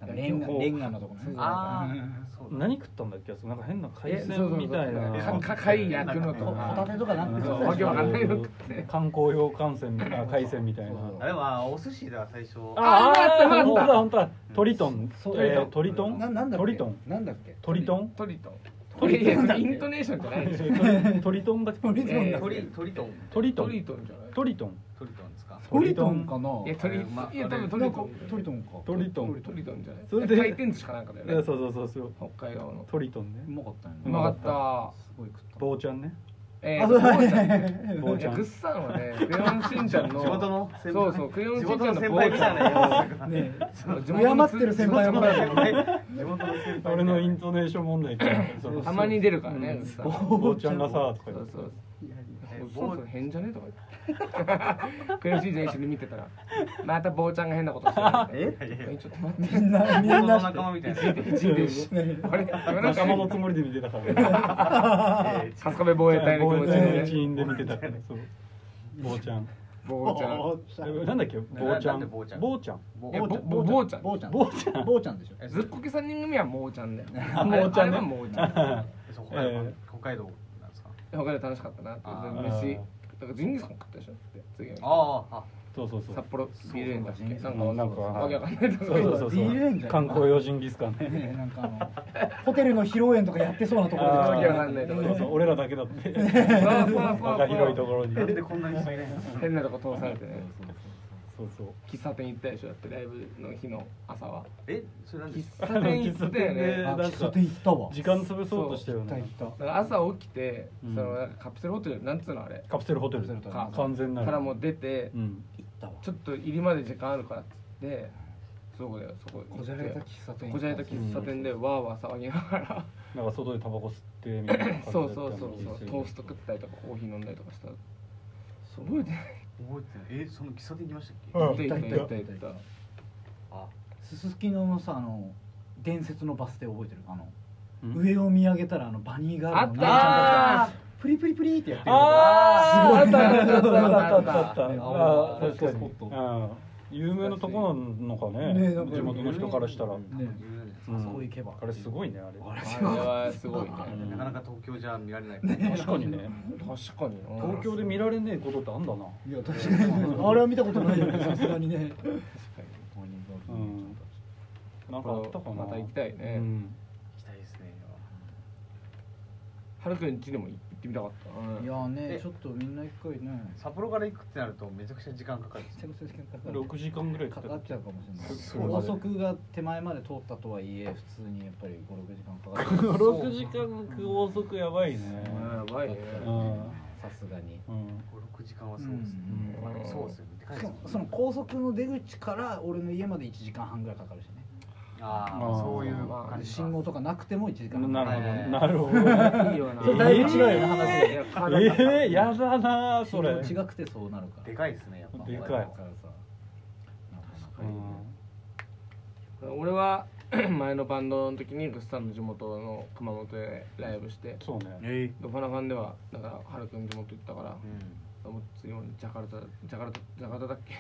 S2: なんかレ
S1: い
S2: ン
S1: や
S2: ガ
S1: 情報
S2: レンガのとこね
S1: そうそう
S4: ああそうだ
S3: 何食ったんだっけなんか変な海鮮みた
S1: え
S3: いな
S1: そうそうそうか貝焼くのと
S2: ホ
S1: か
S2: タテとかなん
S1: そ
S2: か
S1: う
S2: そう
S1: わけわかんないの食って
S3: 観光用観戦みたいな海鮮みたいな
S2: そうそう
S4: あでもあお寿司だ最初
S3: ああ
S1: あったあった
S3: 本当だ本当だトリトン
S2: そう
S3: えート
S2: ト
S3: リト
S2: な
S3: ン
S2: なんだっけ
S3: トリトン
S2: なんだっけ
S3: トリトン
S1: トリトン
S3: トリトン
S1: い
S3: だ
S1: や
S3: っ
S1: イ
S3: け
S1: ントネーションじゃないでしょ
S3: ト [LAUGHS] リトンだっけトリ
S1: トンだっけ
S4: 鳥鳥と
S3: トリト
S1: トリ
S3: ン
S1: トンじゃない
S3: トリトン
S4: 鳥とんですか
S2: トリトンかない
S1: やトリ
S4: あれまあ
S1: いや多分ト
S2: な
S1: リ
S2: んか
S1: トン
S2: トリトンか
S3: トリトン
S1: トリトンじゃない
S3: それで
S1: 回転寿司かなんかだよ
S3: いや
S1: ね
S3: そうそうそうそう
S1: 北海道の
S3: トリトン
S2: う
S3: ね
S2: まかったよね
S1: うまかった
S2: すごい食った
S3: 坊ちゃんね
S1: え
S2: あそう
S1: ーそうじゃん
S3: 坊
S1: い
S3: ち
S1: や
S3: ゃ
S1: グッ
S3: ん
S1: サンはねクレヨンしんちゃんの
S4: 地元の先輩
S1: そうそうクレヨンしん
S4: 地
S1: ちゃん
S4: 元
S1: の
S4: の先輩みたいなやつ
S2: ね
S1: そう地元
S2: 敬
S1: の
S2: ってる先輩
S4: 地
S2: は
S4: 元
S2: ま
S4: の
S2: だ
S4: 先輩地元の先輩
S3: 俺のイントネーション問題から
S1: たまに出るから
S3: う
S1: ね
S3: ん
S1: グッサン
S3: 坊ちゃんがさとか
S1: そ
S3: 言っ
S1: う
S3: て
S1: そう
S4: え
S1: そろそろ変じゃねとか言ってクレヨンしんちゃん一緒に見てたらまた坊ちゃんが変なことしてる
S4: えいやいや
S1: えちょっと待って
S2: みんなみ
S4: 地
S2: ん
S4: 元
S2: な
S4: の
S2: して
S4: 仲間みたいな
S1: 一人しあれ
S3: 仲間のつもりで見てたから
S4: え
S1: 春日部防衛隊の気
S3: 坊
S1: 持
S3: ち
S1: ち
S3: ゃん
S1: で
S3: の
S1: ね
S3: 一員で見てたからそう坊ちゃん
S1: 坊ちゃん
S3: えなんだっけ坊ちゃ
S4: なんで坊ちゃ
S3: ん
S4: ん
S3: 坊ちゃん
S1: いや
S4: ー
S1: ぼぼ
S2: 坊
S1: 坊ち
S2: ち
S1: ゃ
S2: ゃ
S1: ん
S2: ん坊ちゃん
S3: 坊ちゃん
S2: 坊ちゃんでしょ
S4: え
S1: ずっこけ三人組はもうちゃんだよね
S3: もうちゃ
S1: あれ
S3: んね
S1: はもうちゃん
S4: そう北海道
S3: え
S4: 北海道なんですか
S1: 他で楽しかったなって
S4: あ
S3: ー
S1: 飯だからジンギスカン食ったでしょ次の日
S4: あああ
S3: そうそうそう
S1: 札幌ビール園だっけ
S2: そうそ
S1: なか
S2: うん
S3: うんなんか
S1: わけわかんないとこ
S3: そうそうそうそ
S2: ビール園じ
S3: う
S2: ゃん
S3: 観光用ジンギスカンね
S2: ねなんかあのホテルの披露宴とかやってそうなところで
S3: あー
S1: わけわかんないとこ
S3: そうそう俺らだけだって
S1: [LAUGHS]
S3: 場が広いところに
S4: なんでこんなに人いないの
S1: 変なとこ通されてね
S3: そうそう
S1: 喫茶店行ったでしょだってライブの日の朝
S3: [LAUGHS]
S1: は
S4: えそれなんで
S1: 喫
S4: すか
S1: 茶店行ったよね
S2: あ喫茶店行ったわ
S3: 時間潰そうとしてるよ
S2: 行った行
S3: ね
S1: [LAUGHS]
S2: っ
S1: だから朝起きて、
S3: うん
S1: そのなんかカプセルホテルなんつうのあれ
S3: カプセルホテル
S2: カプセルホテル
S1: か
S3: 完全なる
S1: からもう出て、
S3: うん
S2: たわ
S1: ちょっと入りまで時間あるからっつってそこだよそこ行って
S2: こじゃれた喫茶店
S1: こじゃれた喫茶店でわーわー騒ぎなが
S3: [LAUGHS]
S1: ら、
S3: なんか外でタバコ吸ってみたいな感じだった
S1: そうそうそう
S3: のに
S1: そうトースト食ったりとかコーヒー飲んだりとかした覚えてない
S4: 覚えてないえその喫茶店行きましたっけ
S3: うん
S1: 行った行った行っ
S2: 行った
S1: た行っ
S4: あ
S2: すすきののさあの伝説のバス停覚えてるあの
S3: うん
S2: 上を見上げたらあのバニーガールの姉ち
S1: あ
S2: ゃ
S1: っ
S2: んたちがプリプリプリってやってる
S3: あ
S1: あー
S3: あ
S1: すごい
S3: あったあったあったあったあ
S2: あっ
S3: あ
S2: たあ
S3: ー
S2: った
S3: 確かに
S2: ホットスポッ
S3: うん有名なとこなのか
S2: ね
S3: ね
S2: なんか
S3: 地元の人からしたら
S4: 有名なんじゃないですか
S2: あそこ行けば
S3: あれすごいねあれ
S2: あれ
S1: たあれはすごいね
S3: うん
S4: なかなか東京じゃ見られないから
S3: 確かにね
S1: 確かに
S3: 東京で見られねえことってあんだない
S2: や確かにあれは見たことないよ [LAUGHS] ねさすがにねバニーガールの姉ちゃんたち
S3: なんかあったかな
S1: また行きたいうね、
S3: ん
S4: 行きたいですね
S1: はるくん家でも行ってみたかったない
S2: やーね
S4: え
S2: ちょっとみんな一回ね
S4: 札幌から行くってなるとめちゃくちゃ時間かかるんですよ
S3: 6時間ぐらい
S2: か
S3: か
S2: か
S3: か
S2: っ
S3: っ
S2: ちゃうかもしれない
S3: そ
S4: そう
S2: 高速が手前まで通ったとはいえ普通にやっぱり56時間かかる [LAUGHS]
S3: た6時間高速やばいね
S1: うんやばいね
S3: うん
S2: さすがに
S3: うん
S4: 56時間はそうですね
S3: うん
S4: まあでもそうですよね
S2: しかもその高速の出口から俺の家まで1時間半ぐらいかかるしね
S4: ああ
S3: あー
S4: そういう感じ
S2: 信号とかなくても1時間
S3: なるほど
S4: え
S3: ね
S4: ー
S3: なるほどね
S1: いいよな。
S2: それだいぶ違うよ話
S1: いや
S3: え
S1: かなり
S3: ー、やだなーそ
S2: 信
S3: れ
S2: 号違くてそうなるから
S4: でかいですねやっぱ
S3: でかい
S2: だからさなんか
S1: かに俺は前のバンドの時にグッサンの地元の熊本でライブして
S3: そうね
S4: え
S1: ドファナファンではだからハルくん地元行ったから
S4: えうん
S1: もう次もジャカルタジャカルタジャカルタだっけ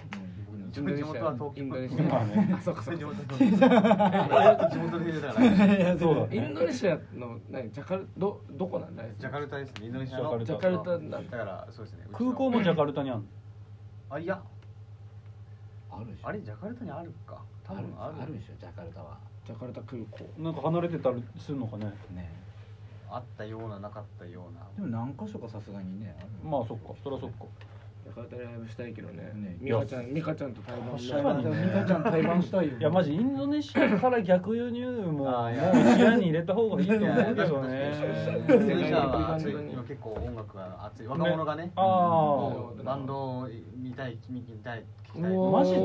S2: うん
S4: 自分の地元は東京
S1: インドネシ
S3: まあね
S1: アあそっかそっ
S4: 地
S1: か
S4: 元で地元でだか
S2: [LAUGHS]
S4: ら
S2: いや
S3: そうだね
S1: インドネシアの何ジャカルどどこなんだい
S4: ジャカルタですねインドネシア
S3: ジャカ
S4: の
S3: ル
S1: ジャカルタな
S4: だ
S1: んだ
S4: からそうですねうちの
S3: 空港もジャカルタにあるの
S4: あいや
S2: あるでしょ
S4: あれジャカルタにあるか多分ある
S2: あるでしょジャカルタは
S1: ジャカルタ空港
S3: なんか離れてたりするのかね
S2: ね
S4: あったようななかったような
S2: でも何箇所かさすがにねある
S3: まあそっかそりゃそっか
S1: ジャカルタでライブしたいけどね
S2: ね
S1: ミカちゃんミカちゃんと対バンで
S3: 確かに
S2: でもミカちゃん対バンしたいよ
S3: いやマジインドネシアから逆輸入もも
S4: あ
S3: う
S4: ー
S3: 視
S4: いや
S3: 野に入れた方がいいと
S4: い
S3: 思
S4: や
S3: う
S4: [LAUGHS] 確
S3: け
S4: かに
S3: ど
S4: 確かに
S3: ね
S4: インドネシアは熱い今結構音楽が熱い若者がね
S3: ああ
S4: もうバンドを見たい見たい聞きたい
S1: おー
S3: マジで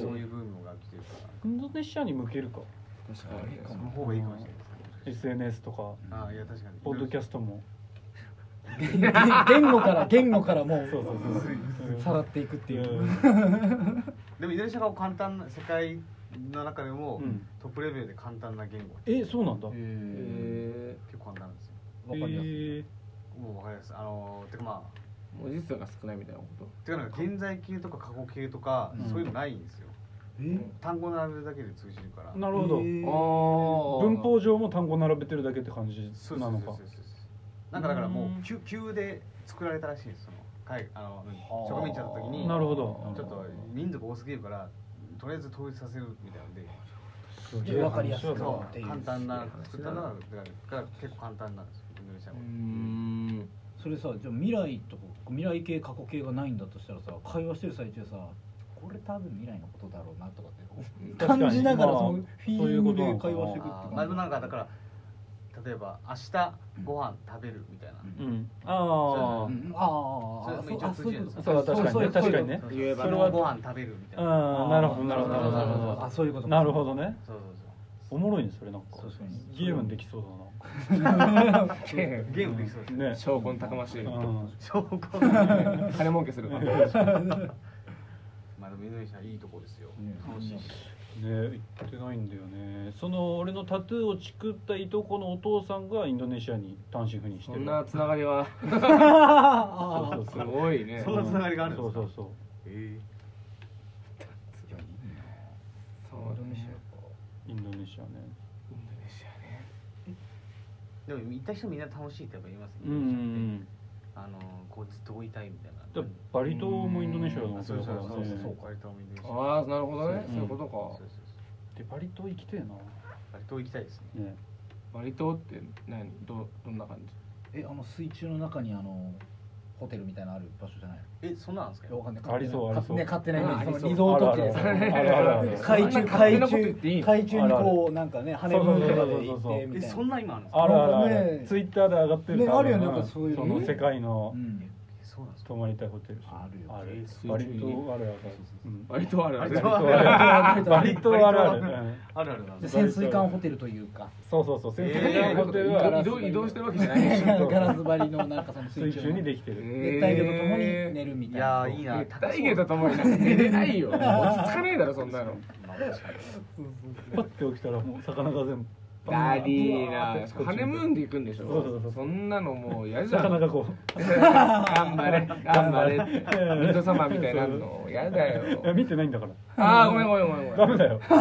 S4: そういうブームが来てるから
S3: インドネシアに向けるか
S1: 確かに
S4: その方がいいかもしれないですね
S3: SNS とか
S4: ああいや確かに
S3: ポッドキャストも
S2: 言語から言語からも
S3: そうそう
S2: う
S3: そうそう
S2: さらっていくっていう
S4: でもインドネシア語簡単な世界の中でも、
S3: うん
S4: トップレベルで簡単な言語
S3: えそうなんだ
S2: へえ
S1: え
S4: 結構簡単なんですよ
S2: わかりやすい
S3: えー
S4: もうわかりやすいあのーてかまあ
S1: ー文字数が少ないみたいなこと
S4: てかなんか現在形とか過去形とか、
S2: うん
S4: そういうのないんですよ
S2: え
S4: 単語並べるだけで通じるから
S3: なるほど、
S2: えー
S1: ああ
S3: 文法上も単語並べてるだけって感じ
S4: そうそ
S3: な
S4: うそ
S3: の
S4: うそう
S3: か
S4: そうなんかだからも
S3: うん
S4: う急急で作られたらしいんですその海あの植民地だった時に
S3: なるほど
S4: ちょっと民族多すぎるからとりあえず統一させるみたいなんで
S3: す
S2: げえわかりやすい
S3: 面
S4: そ
S2: って
S4: う
S2: いう
S4: 簡単な作ったのがだから結構簡単なんですよインドネシア
S1: う
S4: 語
S1: ん
S2: それさじゃあ未来とか未来系過去系がないんだとしたらさ会話してる最中さこれ多分未来のことだろうなとかって
S3: 確かに
S2: 感じながら
S3: まあ
S2: そのフィーリングで会話していくって感
S4: あー
S2: じ
S4: まあでもなんかだから例えば明日ご飯食べるみたいな
S2: うん
S3: 白いうんあ
S2: う
S3: あ
S2: んあーあーあー
S4: それも一応
S2: あ
S4: 通じるんですか
S3: そう確
S2: そ
S3: か
S2: うい
S3: に
S2: う
S3: 確かに
S4: そ
S3: ね
S4: うそう
S1: 言えば
S4: それ
S3: な
S4: はご飯食べるみたいな
S3: あーなるほどなるほどなるほど
S2: あそういうこと
S3: なるほどね
S4: そうそうそう
S3: おもろいねそれなんか
S2: 確かに
S3: ゲームできそう
S4: ゲームできそうで
S3: だ
S4: す
S3: な
S4: ね。
S3: ね
S1: 証拠にたくましい
S3: うん
S4: 証拠。
S1: 金儲けするから
S4: まあでもインドネシアいいとこですよ。
S2: ね
S4: 楽しいし。
S3: ね行ってないんだよねその俺のタトゥーを作ったいとこのお父さんがインドネシアに単身赴任して
S1: そ
S3: る
S1: んなつながりは
S3: そうそう
S1: す
S3: そう
S1: ごいね
S4: そんなつながりがあるん
S3: そ
S4: で
S3: う
S4: すか
S3: そうそう
S4: え
S2: いやいいな
S1: そうだね
S3: インド
S1: インド
S3: ネシアね
S1: ネシアね
S4: え。でも行った人みんな楽しいってやっぱ言いますね。
S3: うんうんうん
S4: あのこうずっと追いたいみたいな。
S3: だからバリ島もインドネシアだも
S4: あ
S3: ん
S4: そうそうそう
S3: ね
S4: そう。バリ島もインドネシア。
S1: ああなるほどね
S3: うん
S1: そういうこ
S4: そう
S1: と
S4: そうそう。
S3: でバリ島行きてえな
S4: バリ島行きたいですね。
S3: ね
S1: か割とって何どどんな感じ
S2: [LAUGHS] えあの水中の中にあのホテルみたいなのある場所じゃない
S4: えそんなんですか
S2: の。わかんない
S3: ありそうありそう
S2: ね勝手なイメージ
S1: ありそ
S2: そ
S1: う
S2: のリゾート地で
S3: あるあるあるあるあるある
S2: さ [LAUGHS] 海
S1: あんな勝手
S2: 中海
S1: なこと言っていい
S2: 中
S1: の
S2: 海中にこうなんかね羽根とかで行ってみ
S4: え
S2: たいな
S4: そんなん今あるんですか。
S3: あるあるあ
S2: なんか
S3: る
S2: ね
S3: ツイッターで上がってる
S2: ねあるよね
S3: 多分
S2: なんかそういう
S3: その
S2: の
S3: 世界の
S2: うん
S4: えそうなんですか。
S3: 泊まりたいホテル
S2: あるよ
S3: ある
S1: 水中に
S3: バリ島あるあるうん
S1: 割とあるある
S4: 割とある
S3: バリ島あるある
S4: バリ
S3: うん
S4: 島あるあるあるなん
S2: で
S4: です。
S2: 潜水艦ホテルというか
S3: そうそうそう潜水
S4: え
S3: 艦
S4: ー
S3: ホテルは
S1: 移動移動してるわけじゃないでしょ
S3: うそう
S2: [LAUGHS] ガラス張りのなんかその水
S3: 水
S2: 中
S3: 中
S2: の
S3: にで
S2: 熱
S3: きてる
S2: 帯魚と共に寝るみ
S4: い
S2: たいな
S4: や
S3: [LAUGHS]
S4: ーいいな。
S1: 熱帯魚とともになんか寝れないよ落ち着かねえだろそんなの
S4: まあ確かに
S3: パッて起きたらもう魚が全部
S1: ダディーな
S3: こっち
S1: ハネムーンで行くんでし
S3: そうそうそ
S1: ょ
S3: う
S1: そんなのもう嫌じゃん
S3: 魚がこ
S1: 頑張れ頑張れってミッドサマーみたいになるのやだ
S3: ういや
S1: よ
S3: 見てないんだから
S1: ああごめんごめんごめんご
S3: ダ
S1: め
S3: メ
S1: ん
S3: だよ
S4: 見てな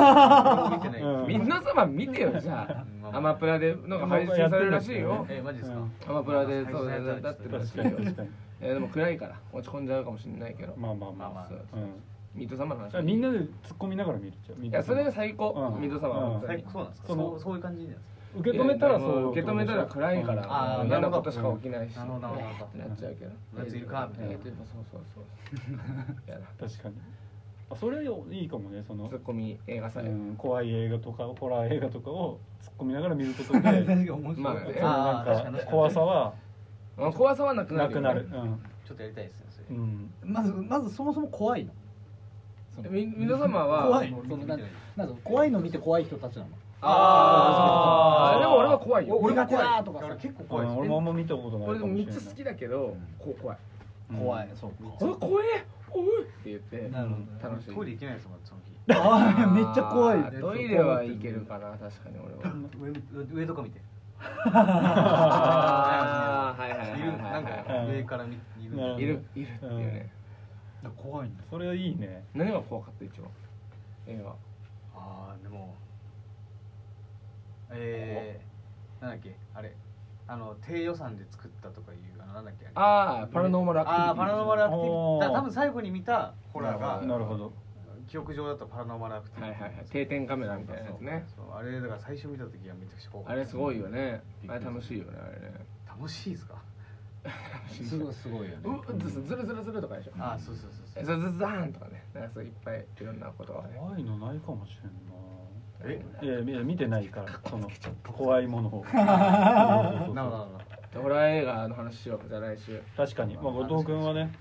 S4: い。
S3: うん
S1: ミッドサマー見てよじゃあアマプラでなんか配信されるらしいよ
S4: えマジですか。
S1: アマプラでそうだだだってら
S3: 確
S1: しい
S3: か
S1: よ
S3: に確 [LAUGHS] かに
S1: えーでも暗いから落ち込んじゃうかもしれないけど
S3: まあまあまあ
S4: まあ
S1: そう
S3: うん
S1: ミッドサマーの
S3: だから
S1: 話
S3: みんなで突っ込みながら見るじゃん
S1: いやそれが最高
S3: うん
S1: ミッドサマーは本当
S4: 最
S1: に
S4: 高そうなんですか。
S3: そ
S4: そ
S3: の
S4: うそういう感じなんですか。
S3: 受け止めたら
S1: いや
S3: そ
S1: で
S3: う
S1: も受け止めたら暗いから
S4: あー
S1: 嫌なことしか起きないし
S4: なるほどなるほど
S1: ってなっちゃうけど
S4: うん夏いるかみたいな
S1: えーでもそうそうそうやだ
S3: うん確かにあそれはいいかもねその
S1: ツッコミ映画
S3: う
S1: 祭
S3: ん怖い映画とかホラー映画とかを突っ込みながら見ること
S1: [LAUGHS]
S3: で
S2: 確かに面
S1: ま
S2: 白
S1: あ
S2: い
S1: ね
S3: そのなん
S4: あー
S3: か
S4: 確かに確かに
S3: 怖さは
S1: うん怖さはなくな
S3: な
S1: る
S3: く
S1: よね
S3: なるうん
S4: ちょっとやりたいですねそれ
S3: う。ん
S2: まずまずそもそも怖いのその
S1: み皆様は
S2: [LAUGHS] 怖い
S4: もう
S2: そのなん
S4: 見てない
S2: なんか怖いの見て怖い人たちなの
S1: あ
S3: あー
S1: ーでも俺は怖いよ
S2: お
S1: 俺
S2: 苦
S1: が
S2: 手
S1: 怖い
S2: だとか
S4: 俺
S2: さ
S4: 結構怖い
S3: 俺
S4: です
S3: もあんま見たことない
S1: 俺でもめっ
S3: か
S1: ちゃ
S3: し
S1: 好き
S3: れない
S1: だけどこう怖い
S3: うん
S2: 怖いそうか
S1: 「うわ怖えおい!」って言って
S2: なるほど
S1: 楽しい
S4: トイレ行けないですもんその日
S2: あーめっちゃ怖い
S1: あートイレは行けるかな確かに俺は
S4: 上上とか見て
S1: あーはいはいはい
S4: いるなんか
S3: うん
S4: 上から見いるんだ
S3: なるほど
S1: いるいるっていうね
S2: 怖いんだ
S3: それはいいね
S1: 何が怖かった一番映画
S4: ああでもえー、なんだっけあれあの低予算で作ったとかいうあのなんだっけあれ
S1: ああパラノーマルアクティビテ
S4: あ
S1: ィ
S4: ーパラノーマルアクティビテ
S3: お
S4: ィ
S3: ー
S4: だ多分最後に見たホラーが
S3: なるほど
S4: 記憶上だとパラノーマルアクティビ
S1: はい
S4: ティ
S1: はいはい定点カメラみたいなやつね
S4: そうそうあれだから最初見た時はめちゃくちゃ怖か
S1: あ
S4: った
S1: れすごいよねあれ楽しいよねあれね
S4: 楽しいですか
S2: すごいすごいよ
S1: う
S2: ね
S1: うずずるずるずるとかでしょ
S4: あーそうそう
S1: え
S4: そうそう
S1: ずずざーんとかねなんかそういっぱいいろんなことがね
S3: 怖いのないかもし
S4: え
S3: れんないいやいや見てないからその怖い
S1: [LAUGHS]
S3: ものをそうそう
S4: なるほ
S3: そう
S4: どなる
S1: ホラー映画の話しようじゃあ来週
S3: 確かに、まあ、後藤君はね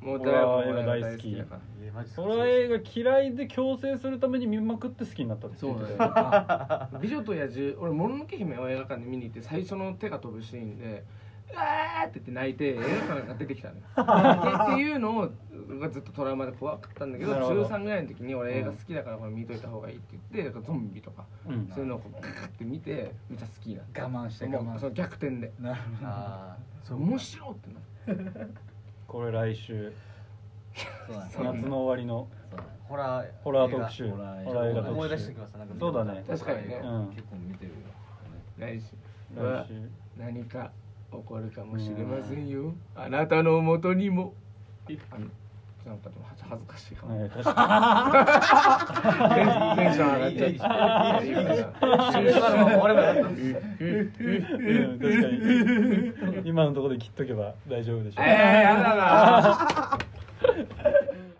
S1: もう
S3: ホラー映画大好き
S1: だから
S4: ほどいやマジっすか
S3: ホラー映画嫌いで強制するために見まくって好きになったって
S1: そ
S3: 言っ
S1: う
S3: てたよ
S1: だよ美女と野獣俺もののけ姫を映画館で見に行って最初の手が飛ぶシーンでうわーって言って泣いて映画館が出てきたのよってっていうのがずっとトラウマで怖かったんだけど
S3: なるほど
S1: 13ぐらいの時に俺映画好きだからこれ見といた方がいいって言ってゾンビとか
S3: うん
S1: そういうのをこうグーって見てめっちゃ好きになった
S2: 我慢して
S1: も
S2: 我
S1: う
S2: 慢
S1: そ
S2: し
S1: の逆転で
S2: てなるほど
S4: あーそう
S1: 面白いってなっ
S3: これ来週
S2: そうだね
S1: そ
S2: そうう
S1: だ
S2: だ
S1: ね
S2: ね
S3: 夏の終わりの
S4: ホラー
S3: ホラー特集
S2: 映
S3: ホ
S2: 画
S3: ラ
S2: ホラー
S3: ー映
S2: 映
S3: 画
S2: 画
S3: 特集
S4: 思い出してきますなんか
S3: そうだね
S1: 確かにね
S3: うん
S2: 結構見てるよ
S1: 来週
S3: 来週
S1: 何か起こるかもしれませんよあなたのもとにもあのなんかでも恥ずかしいかも、
S3: はい確か
S1: テンション上がっちゃって。
S4: [LAUGHS]
S3: [LAUGHS] にうん確かに今のところで切っとけば大丈夫でしょう
S1: えー、やだな。